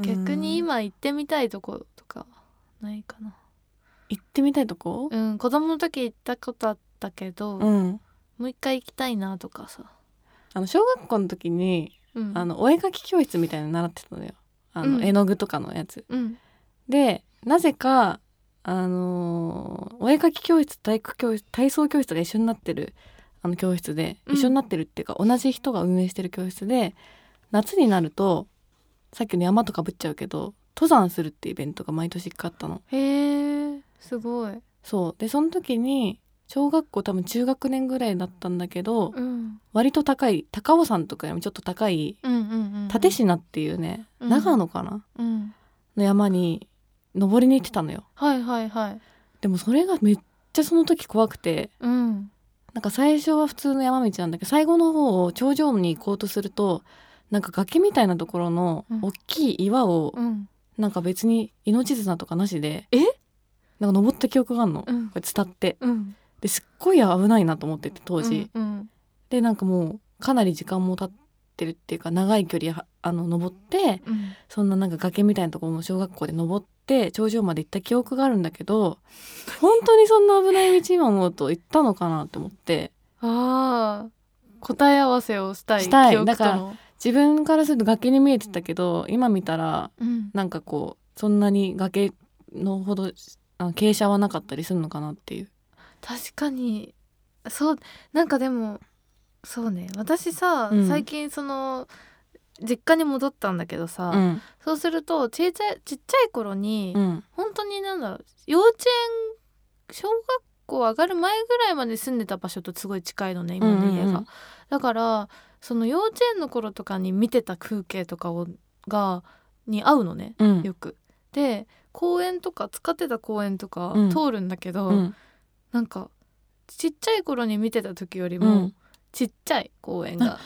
S1: 逆に
S2: うん
S1: 今行ってみたいとことかないかな
S2: 行ってみたいとこ
S1: うん子供の時行ったことあったけど、
S2: うん
S1: もう一回行きたいなとかさ、
S2: あの小学校の時に
S1: うん、
S2: あのお絵描き教室みたいなの習ってたのよあの、
S1: うん
S2: 絵の具とかのやつ
S1: うん
S2: でなぜかあのーお絵描き教室体育教室体操教室が一緒になってるあの教室で、
S1: うん
S2: 一緒になってるっていうか同じ人が運営してる教室で夏になるとさっきの山とかぶっちゃうけど登山するっていうイベントが毎年一回あったの。
S1: へえすごい
S2: そうでその時に小学校多分中学年ぐらいだったんだけど、
S1: うん
S2: 割と高い高尾山とかよりもちょっと高い
S1: うんうんうん
S2: 立科っていうね、
S1: うん
S2: 長野かな
S1: うん
S2: の山に登りに行ってたのよ。
S1: はいはいはい
S2: でもそれがめっちゃその時怖くて
S1: うん
S2: なんか最初は普通の山道なんだけど最後の方を頂上に行こうとするとなんか崖みたいなところの
S1: うん
S2: 大きい岩を、
S1: うん
S2: なんか別に命綱とかなしで
S1: え
S2: なんか登った記憶があるの、
S1: うん
S2: これ伝って
S1: うん
S2: ですっごい危ないなと思ってて当時、
S1: うん
S2: でなんかもうかなり時間も経ってるっていうか長い距離はあの登って
S1: うん
S2: そんななんか崖みたいなところも小学校で登って頂上まで行った記憶があるんだけど本当にそんな危ない道今思うと行ったのかなと思って
S1: ああ答え合わせをしたい
S2: したい
S1: 記憶
S2: だから
S1: との
S2: 自分からすると崖に見えてたけど今見たら
S1: うん
S2: なんかこうそんなに崖のほどあの傾斜はなかったりするのかなっていう。
S1: 確かにそうなんかでもそうね私さ、
S2: うん
S1: 最近その実家に戻ったんだけどさ、
S2: うん
S1: そうするとちっちゃいちっちゃい頃に、
S2: うん
S1: 本当になんだろう幼稚園小学校上がる前ぐらいまで住んでた場所とすごい近いのね今の家が、
S2: うんうんうん
S1: だからその幼稚園の頃とかに見てた風景とかをがに合うのね
S2: うん
S1: よく。で公園とか使ってた公園とか
S2: うん
S1: 通るんだけど、
S2: うん
S1: なんかちっちゃい頃に見てた時より
S2: う
S1: も、
S2: ん
S1: ちっちゃい公園が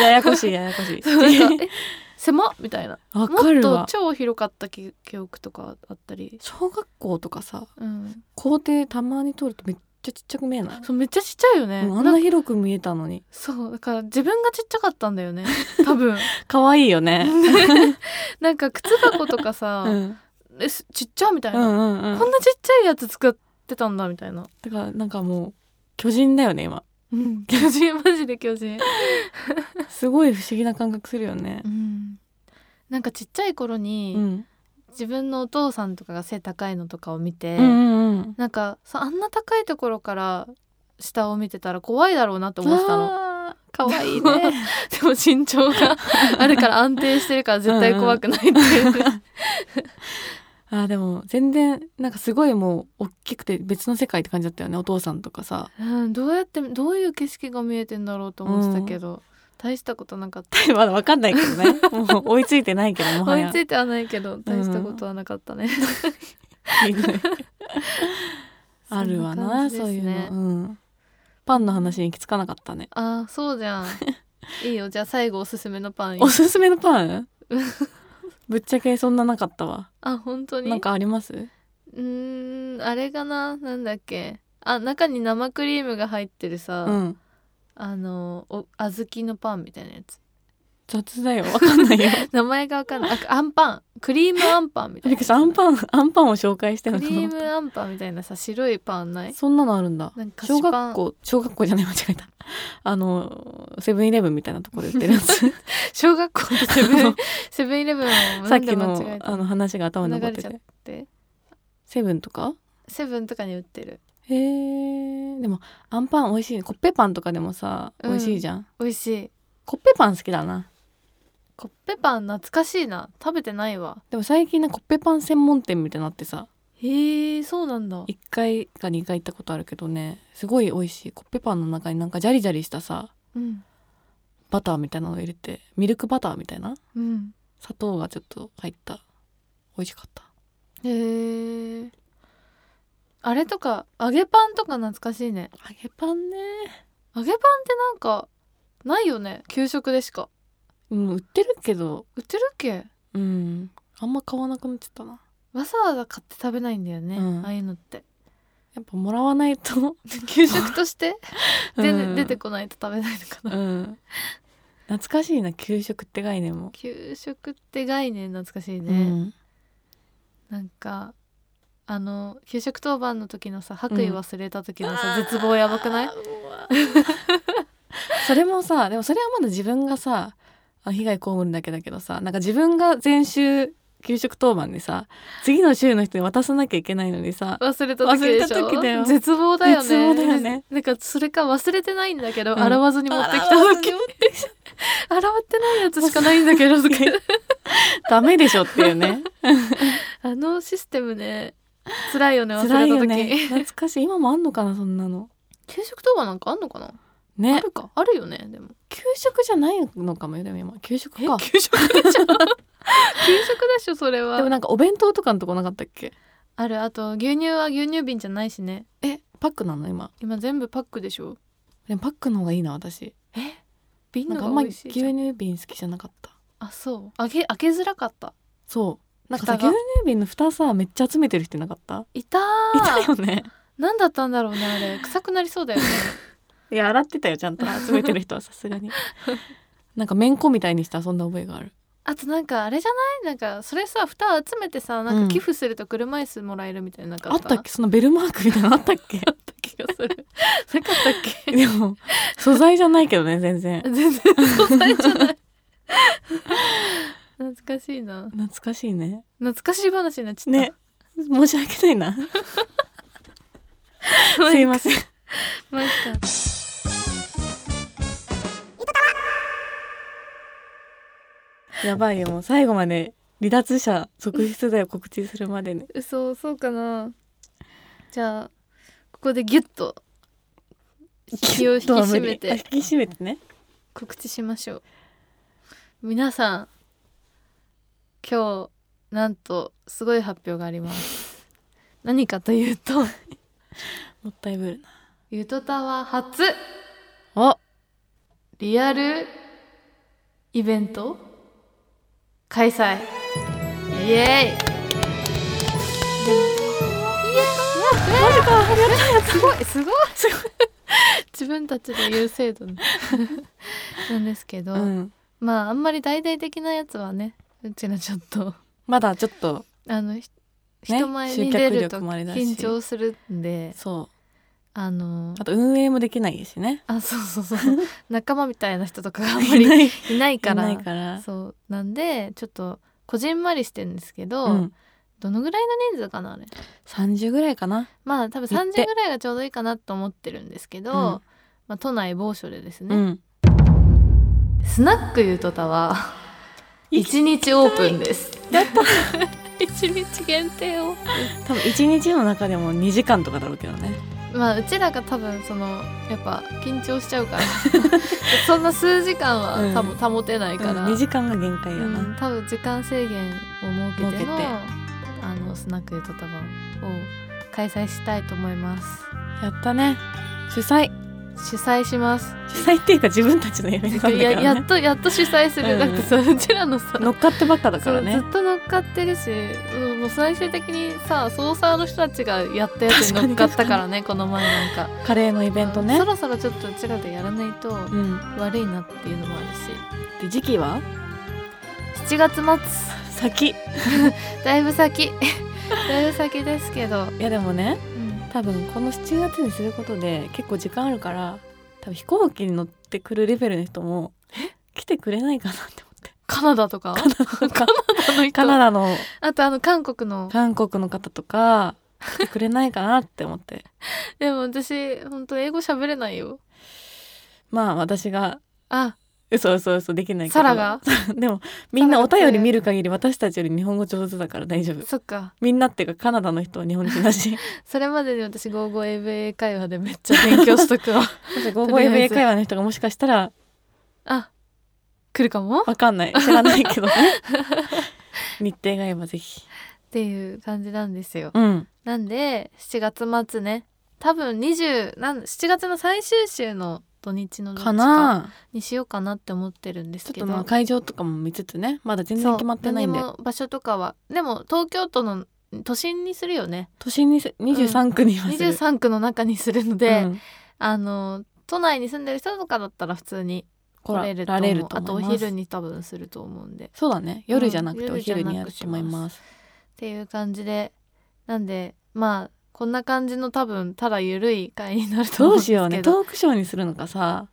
S2: ややこしいややこ しい
S1: なんかえ狭っみたいな
S2: わか
S1: もっ
S2: る
S1: と
S2: わ
S1: 超広かった記記憶とかあったり、
S2: 小学校とかさ
S1: うん、
S2: 校庭たまに通るとめっちゃちっちゃく見えない、
S1: そうめっちゃちっちゃいよね、
S2: うんあ
S1: な
S2: ん
S1: ん
S2: な
S1: か
S2: 広く見えたのに
S1: そうだから自分がちっちゃかったんだよ ね多分
S2: 可愛いよね、
S1: なんか靴箱とか
S2: う
S1: さ、
S2: ん、うん
S1: えすちっちゃみたいうな、
S2: んうん
S1: こんなちっちゃいやつ作ってたんだみたいな、
S2: だからなんかもう巨人だよね 今
S1: うん、 巨人マジで巨人、
S2: すごい不思議な感覚するよね
S1: う、ん、なんかちっちゃい頃に、
S2: うん
S1: 自分のお父さんとかが背高いのとかを見て、
S2: うんうんうん
S1: なんかさあんな高いところから下を見てたら怖いだろうなと思ってたの
S2: あー可愛い ね
S1: でも身長があるから安定してるから絶対怖くないっていう、
S2: あーでも全然なんかすごいもう大きくて別の世界って感じだったよねお父さんとかさ
S1: うん、どうやってどういう景色が見えてんだろうと思ってたけど、大したことなかった
S2: まだわかんないけど ねもう追いついてないけどもは
S1: 追
S2: や
S1: いついてはないけど大したことはなかったね、
S2: あるわ
S1: そん
S2: な
S1: 感じ
S2: そ
S1: で
S2: う
S1: す
S2: いう
S1: ね
S2: の、うん、パンの話に行き着かなかったね
S1: あーそうじゃ んいいよじゃあ最後おすすめのパン
S2: おすすめのパ ンぶっちゃけそんななかったわ
S1: あ本当に
S2: なんかあります
S1: うーんあれかななんだっけあ中に生クリームが入ってるさ、
S2: うん
S1: あのお小豆のパンみたいなやつ
S2: 雑だよわかんないよ
S1: 名前がわかんないあアンパンクリームアンパンみたいな
S2: びっくりしたアンパンアンパンを紹介してる
S1: ク
S2: のか
S1: リーム
S2: な
S1: アンパンみたいなさ白いパンない
S2: そんなのあるんだ
S1: なんか菓
S2: 小
S1: 子パ
S2: 学
S1: ン
S2: 校小学校じゃない間違えたあのセブンイレブンみたいなところで売ってるやつ
S1: 小学校のセブンセブンイレブンを な
S2: さっ
S1: んで
S2: き
S1: 間違え
S2: の
S1: た
S2: あの話が頭に残って
S1: 流れち
S2: て
S1: ゃって
S2: セブンとか
S1: セブンとかに売ってる
S2: へえでもアンパン美味しいねコッペパンとかでもさ
S1: うん
S2: 美味しいじゃん、
S1: 美味しい
S2: コッペパン好きだな
S1: コッペパン懐かしいな食べてないわ
S2: でも最近ねコッペパン専門店みたいになってさ
S1: へえそうなんだ
S2: 1回か2回行ったことあるけどねすごい美味しいコッペパンの中になんかジャリジャリしたさ
S1: うん
S2: バターみたいなのを入れてミルクバターみたいな
S1: うん
S2: 砂糖がちょっと入った美味しかった
S1: へえあれとか揚げパンとか懐かしいね
S2: 揚げパンね
S1: 揚げパンってなんかないよね給食でしか
S2: うん売ってるけど
S1: 売ってるっけ
S2: うんあんま買わなくなっちゃったな
S1: わざわざ買って食べないんだよね、
S2: うん
S1: ああいうのって
S2: やっぱもらわないと
S1: 給食としてで、
S2: うん
S1: 出てこないと食べないのかな、
S2: うん懐かしいな給食って概念も、
S1: 給食って概念懐かしいね、
S2: うん
S1: なんかあの給食当番の時のさ白衣
S2: うん
S1: 忘れた時のさ、絶望やばくない
S2: あーうわ それもさでもそれはまだ自分がさあ被害被るだけだけどさなんか自分が前週給食当番でさ次の週の人に渡さなきゃいけないのにさ
S1: 忘れた時でしょ
S2: 忘れた時だよ
S1: 絶望だよね
S2: 絶望だよね
S1: なんかそれか忘れてないんだけど、
S2: うん
S1: 洗わずに持ってきた
S2: 洗わず
S1: 時洗ってないやつしかないんだ けどとか
S2: ダメでしょっていうね
S1: あのシステムね辛いよね忘れた
S2: 辛い
S1: 時
S2: よね懐かしい今もあんのかなそんなの
S1: 給食当番なんかあんのかなあ
S2: ね
S1: るかあるよねでも
S2: 給食じゃないのかもよでも今給食か
S1: 給食でしょ 給食でしょそれは
S2: でもなんかお弁当とかのとこなかったっけ
S1: あるあと牛乳は牛乳瓶じゃないしね
S2: えパックなの今
S1: 今全部パックでしょ
S2: でもパックの方がいいな私
S1: 瓶
S2: なん
S1: の
S2: かあ
S1: が
S2: んま
S1: 美
S2: り
S1: 味し
S2: 牛
S1: いじゃん
S2: 乳瓶好きじゃなかった
S1: あそう開け開けづらかった
S2: そうなんかさ牛
S1: 蓋が
S2: 乳瓶の蓋さめっちゃ集めてる人いなかった
S1: いたー
S2: いたよね
S1: 何だったんだろうねあれ臭くなりそうだよね
S2: いや洗ってたよちゃんと集めてる 人はさすがになんかめんこみたいにして遊んだ覚えがある
S1: あとなんかあれじゃないなんかそれさ蓋集めてさなんか寄付すると車椅子もらえるみたいななか
S2: あ
S1: っ
S2: ったたっけそのベルマークみたいなのあったっ け
S1: あった気がする なかったっけ
S2: でも素材じゃないけどね全然
S1: 全然素材じゃない 懐かしいな
S2: 懐かしいね
S1: 懐かしい話になっちゃった
S2: ね申し訳 ないな
S1: もう
S2: すいません
S1: もう一回
S2: やばいよもう最後まで離脱者続出だよ告知するまでね
S1: 嘘そうかなじゃあここでギュッと気を引き締め
S2: あ
S1: て
S2: 引き締めてね
S1: 告知しましょう皆さん今日なんとすごい発表があります何かというと
S2: もったいぶるな
S1: ゆとたわ初
S2: お
S1: リアルイベント開催イエーイマジかすごいすごい すごい自分たちで言う制度ねなんですけど、
S2: うん
S1: まああんまり大々的なやつはねうちらちょっと
S2: まだちょっと
S1: あの、ひ
S2: ね
S1: 人前に出る
S2: 集
S1: と
S2: 客力もあれだし
S1: 緊張するんで
S2: そう
S1: あの
S2: あと運営もできないしね
S1: あそうそう そう仲間みたいな人とかがあんまり
S2: ない
S1: いないから
S2: いないから
S1: そうなんでちょっとこじんまりしてるんですけど、
S2: うん、
S1: どのぐらいの人数かなあれ
S2: 30ぐらいかな
S1: まあ多分
S2: 言って
S1: 30ぐらいがちょうどいいかなと思ってるんですけど、
S2: うん
S1: まあ、都内某所でです
S2: う
S1: ね、
S2: ん
S1: スナックゆとたわ1日オープンですやった 1日限定を
S2: 多分一日の中でも2時間とかだろうけどね
S1: まあうちらが多分そのやっぱ緊張しちゃ うからそんな数時間
S2: う
S1: は
S2: ん
S1: 多分保てない
S2: だ
S1: か
S2: から
S1: ら、
S2: 2時間が限界やな、
S1: うん多分時間制限を設けての
S2: 設けて
S1: あのスナックゆとたばを開催したいと思います
S2: やったね主催
S1: 主催します
S2: 主催っていうか自分たちのイベントなんだけ
S1: や
S2: ど
S1: や
S2: ね
S1: っとやっと主催する、
S2: うん
S1: だってさうちらのさ
S2: 乗っかってばっかだから
S1: そう
S2: ね
S1: ずっと乗っかってるし、うん、もう最終的にさソーサーの人たちがやったやつに乗っかったからねこの前なんか
S2: カレーのイベント
S1: うん
S2: ね
S1: そろそろちょっとうちらでやらないと
S2: うん
S1: 悪いなっていうのもある
S2: で時期は
S1: し7月末
S2: 先い
S1: だいぶ先だいぶ先ですけど、
S2: やでもね多分この7月にすることで結構時間あるから多分飛行機に乗ってくるレベルの人も来てくれないかなって思って
S1: カナダとか
S2: カ
S1: あの人
S2: ナダの
S1: あとあの韓国の
S2: 韓国の方とか来てくれないかなって思って
S1: でも私本当英語喋れないよ
S2: まあ私が
S1: あ
S2: そうそうそうできない
S1: サラが
S2: でもみんなお便り見る限り私たちより日本語上手だから大丈夫
S1: そっか
S2: みんなっていうかカナダの人は日本人だ し
S1: それまでに私55 AVA 会話でめっちゃ勉強しとくわ
S2: ゴーゴー FA 会話の人がもしかしたら
S1: あ来るかもっ
S2: わかんない知らない けどね日程があればぜひ
S1: ていう感じなんですよ
S2: うん
S1: なんで7月末ね多分20なん7月の最終週の土日のどっち
S2: か
S1: か
S2: な
S1: にしようかなって思ってるんです
S2: ちょっ
S1: け
S2: と
S1: ど
S2: まあ会場とかも見つつねまだ全然
S1: そう
S2: 決まってないんで
S1: 何も場所とかはでも東京都の都心にするよね
S2: 都心にせ23区にはする、
S1: 23区の中にするので、
S2: うん
S1: あの都内に住んでる人とかだったら普通に来れると
S2: 来
S1: 思
S2: れ
S1: う
S2: ると思います
S1: あとお昼に多分すると思うんでっ
S2: そうだね夜じゃなくて
S1: うん
S2: お昼にや
S1: 夜
S2: る
S1: じ
S2: と
S1: ゃな
S2: 思
S1: く
S2: い
S1: し
S2: ま
S1: ますていう感じでなんでまあこんな感じの多分ただ緩い会になると
S2: ど
S1: 思うん
S2: う
S1: です
S2: し
S1: けど
S2: ようねトークショーにするのかさ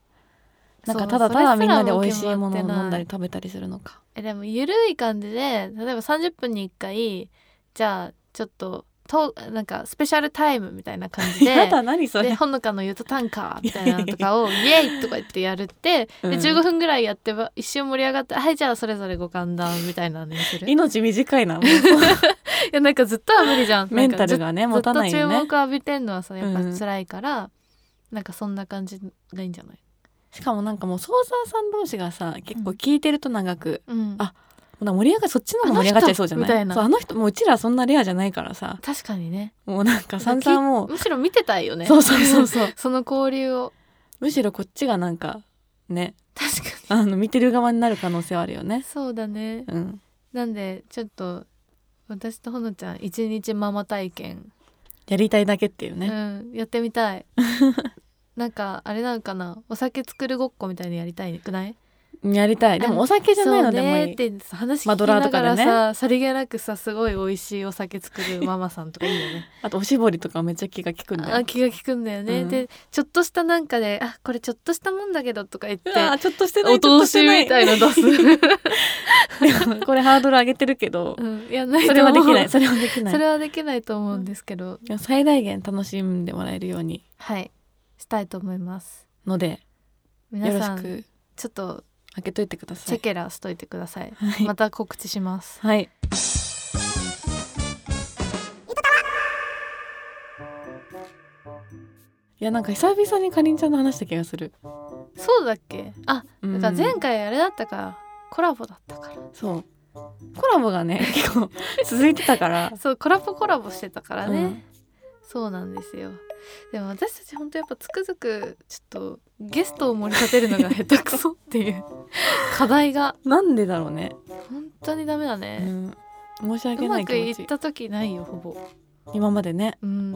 S2: な
S1: そ
S2: んか
S1: う
S2: ただただみんなで美味しいも
S1: それ
S2: のを
S1: すらも決まってない
S2: 飲んだり食べたりするのか
S1: えでも緩い感じで例えば30分に1回じゃあちょっととなんかスペシャルタイムみたいな感じで
S2: やだ何そ
S1: で
S2: れ
S1: ほのかのゆと短歌みたいなのとかを「イエイ!」とか言ってやるって、
S2: うん
S1: で15分ぐらいやってば一瞬盛り上がって「はいじゃあそれぞれご歓談」みたいなのにするい
S2: 命短いなもう
S1: やなんかずっとは無理じゃん
S2: メンタル
S1: が
S2: がね持たないよ
S1: ずっ
S2: ね
S1: と注目浴びてんのはさやっぱ
S2: うん
S1: 辛いから、なんかそんな感じがいいんじゃない
S2: しかもなんかもうソーサーさん同士がさ結構聞いてると長く、
S1: うん
S2: あなんか盛り上がりそっちの方が盛り上がっちゃいそうじゃない
S1: あの人みたいな
S2: そうあの人もううちらそんなレアじゃないからさ
S1: 確かにね
S2: もうなんか散々もう
S1: むしろ見てたいよね
S2: そうそうそうそう
S1: その交流を
S2: むしろこっちがなんかね
S1: 確か
S2: あの見てる側になる可能性はあるよ
S1: に
S2: ね
S1: そうだね
S2: うん
S1: なんでちょっと私とほのちゃん一日ママ体験
S2: やりたいだけっていうね、
S1: うん、やってみたい なんかあれなのかなお酒作るごっこみたいにやりたいくない
S2: やりたいで
S1: あ
S2: も
S1: の
S2: お酒じゃないので
S1: そう
S2: も
S1: ね
S2: い
S1: っ
S2: い
S1: て話聞
S2: マ
S1: き
S2: ドラー
S1: な
S2: と
S1: が
S2: かで
S1: ら
S2: ね
S1: さ、さりげなくさすごい美味しいお酒作るママさんとかいいよ ね
S2: あとおしぼりとかめっちゃ気が利くんだ
S1: あ
S2: よ
S1: 気が利くんだよね、
S2: うん
S1: でちょっとしたなんかで「あこれちょっとしたもんだけど」とか言って
S2: うわーちょっとしてない
S1: お通しみたいの出す、
S2: すこれハードル上げてるけ ど
S1: うん、やんないと思う
S2: それはできないそれはできない
S1: それはできないと思うんですけど、
S2: いや最大限楽しんでもらえるように
S1: はいしたいと思います
S2: のでよ
S1: 皆
S2: ろし
S1: さん
S2: く
S1: ちょっと
S2: 開けといてくださ
S1: チェ
S2: い
S1: ケラしといてください、
S2: はい
S1: また告知します
S2: はいいやなんか久々にかりんちゃんの話した気がする、
S1: そうだっけあ
S2: うん
S1: だから前回あれだったから、コラボだったから
S2: そうコラボが ね結構続いてたから
S1: そうコラボコラボしてたからね、
S2: うん
S1: そうなんですよでも私たち本当やっぱつくづくちょっとゲストを盛り立てるのが下手くそっていう 課題が
S2: なんでだろうね、
S1: 本当にダメだ
S2: う
S1: ね、
S2: ん、申し
S1: う
S2: 訳な
S1: ま
S2: い
S1: くい
S2: 気
S1: っ
S2: 持ち
S1: た時ないよほぼ
S2: 今までね
S1: うん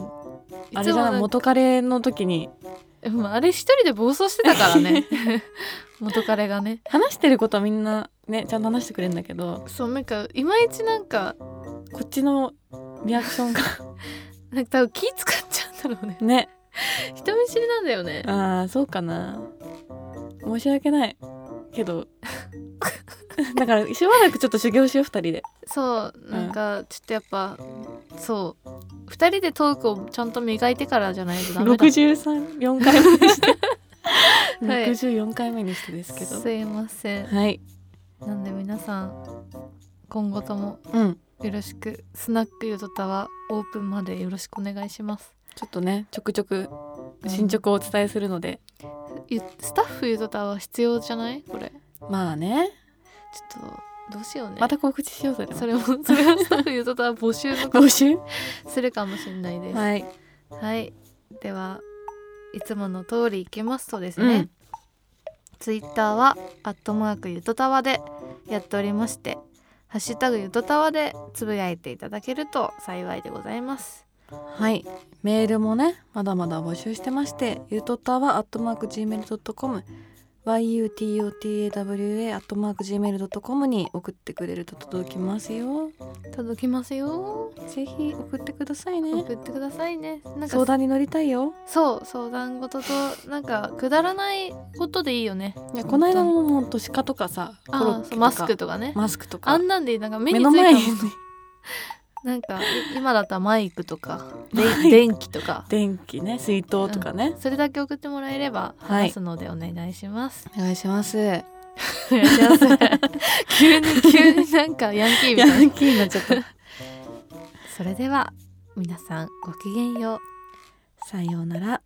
S2: あれじゃない元カレの時に
S1: いつもなんかうんあれ一人で暴走してたから ね元彼がね
S2: 話してることはみんなねちゃんと話してくれるんだけど
S1: そうなんかいまいちなんか
S2: こっちのリアクションが
S1: なんか多分気使っちゃうんだろうね
S2: ね
S1: 人見知りなんだよね
S2: ああそうかな申し訳ないけど だからしばらくちょっと修行しよう2人で
S1: そうなんかちょっとやっぱ、そう2人でトークをちゃんと磨いてからじゃないとダメだ
S2: 634回目 にして
S1: はい
S2: 64回目にしてですけど
S1: すいません
S2: はい
S1: なんで皆さん今後とも
S2: うん
S1: よろしくスナックゆとたはオープンまでよろしくお願いします
S2: ちょっとねちょくちょく
S1: うん
S2: 進捗をお伝えするので、
S1: ゆスタッフゆとたは必要じゃないこれち
S2: まあね
S1: ょっとどうしようね
S2: また告知しようそれは
S1: それもそれはスタッフゆとたは募集の
S2: 募集
S1: するかもしれないです
S2: はい、
S1: はい、ではいつもの通りいきますとです
S2: う
S1: ね、
S2: ん、
S1: ツイッターは「アットマークゆとたわ」でやっておりまして「ハッシュタグゆとたわ」でつぶやいていただけると幸いでございます
S2: はいメールもねまだまだ募集してましてゆとたわ atmarkgmail.com yutotawa atmarkgmail.com に送ってくれると届きますよ
S1: 届きますよ
S2: ぜひ送ってくださいね
S1: 送ってくださいねなん
S2: 相
S1: か
S2: 談に乗りたいよ
S1: そう相談事となんかくだらないことでいいよね
S2: いやこの間ももうと鹿とかさコロ
S1: あ
S2: ッ
S1: ー
S2: ケ
S1: そう
S2: とか
S1: マスクとかね
S2: マスクとか
S1: あんなんでなんか目
S2: 目
S1: につ
S2: の前に
S1: いたものなんかい今だったらマイクとかで
S2: マイク
S1: 電気とか
S2: 電気ね水筒とかね、
S1: それだけ送ってもらえれば
S2: はい
S1: 話すのでお願いします、
S2: お願いします
S1: いや幸せ急に急になんかヤンキーみた
S2: ヤ
S1: いな
S2: ンキーになっちゃった。
S1: それでは皆さんごきげんよう
S2: さようなら。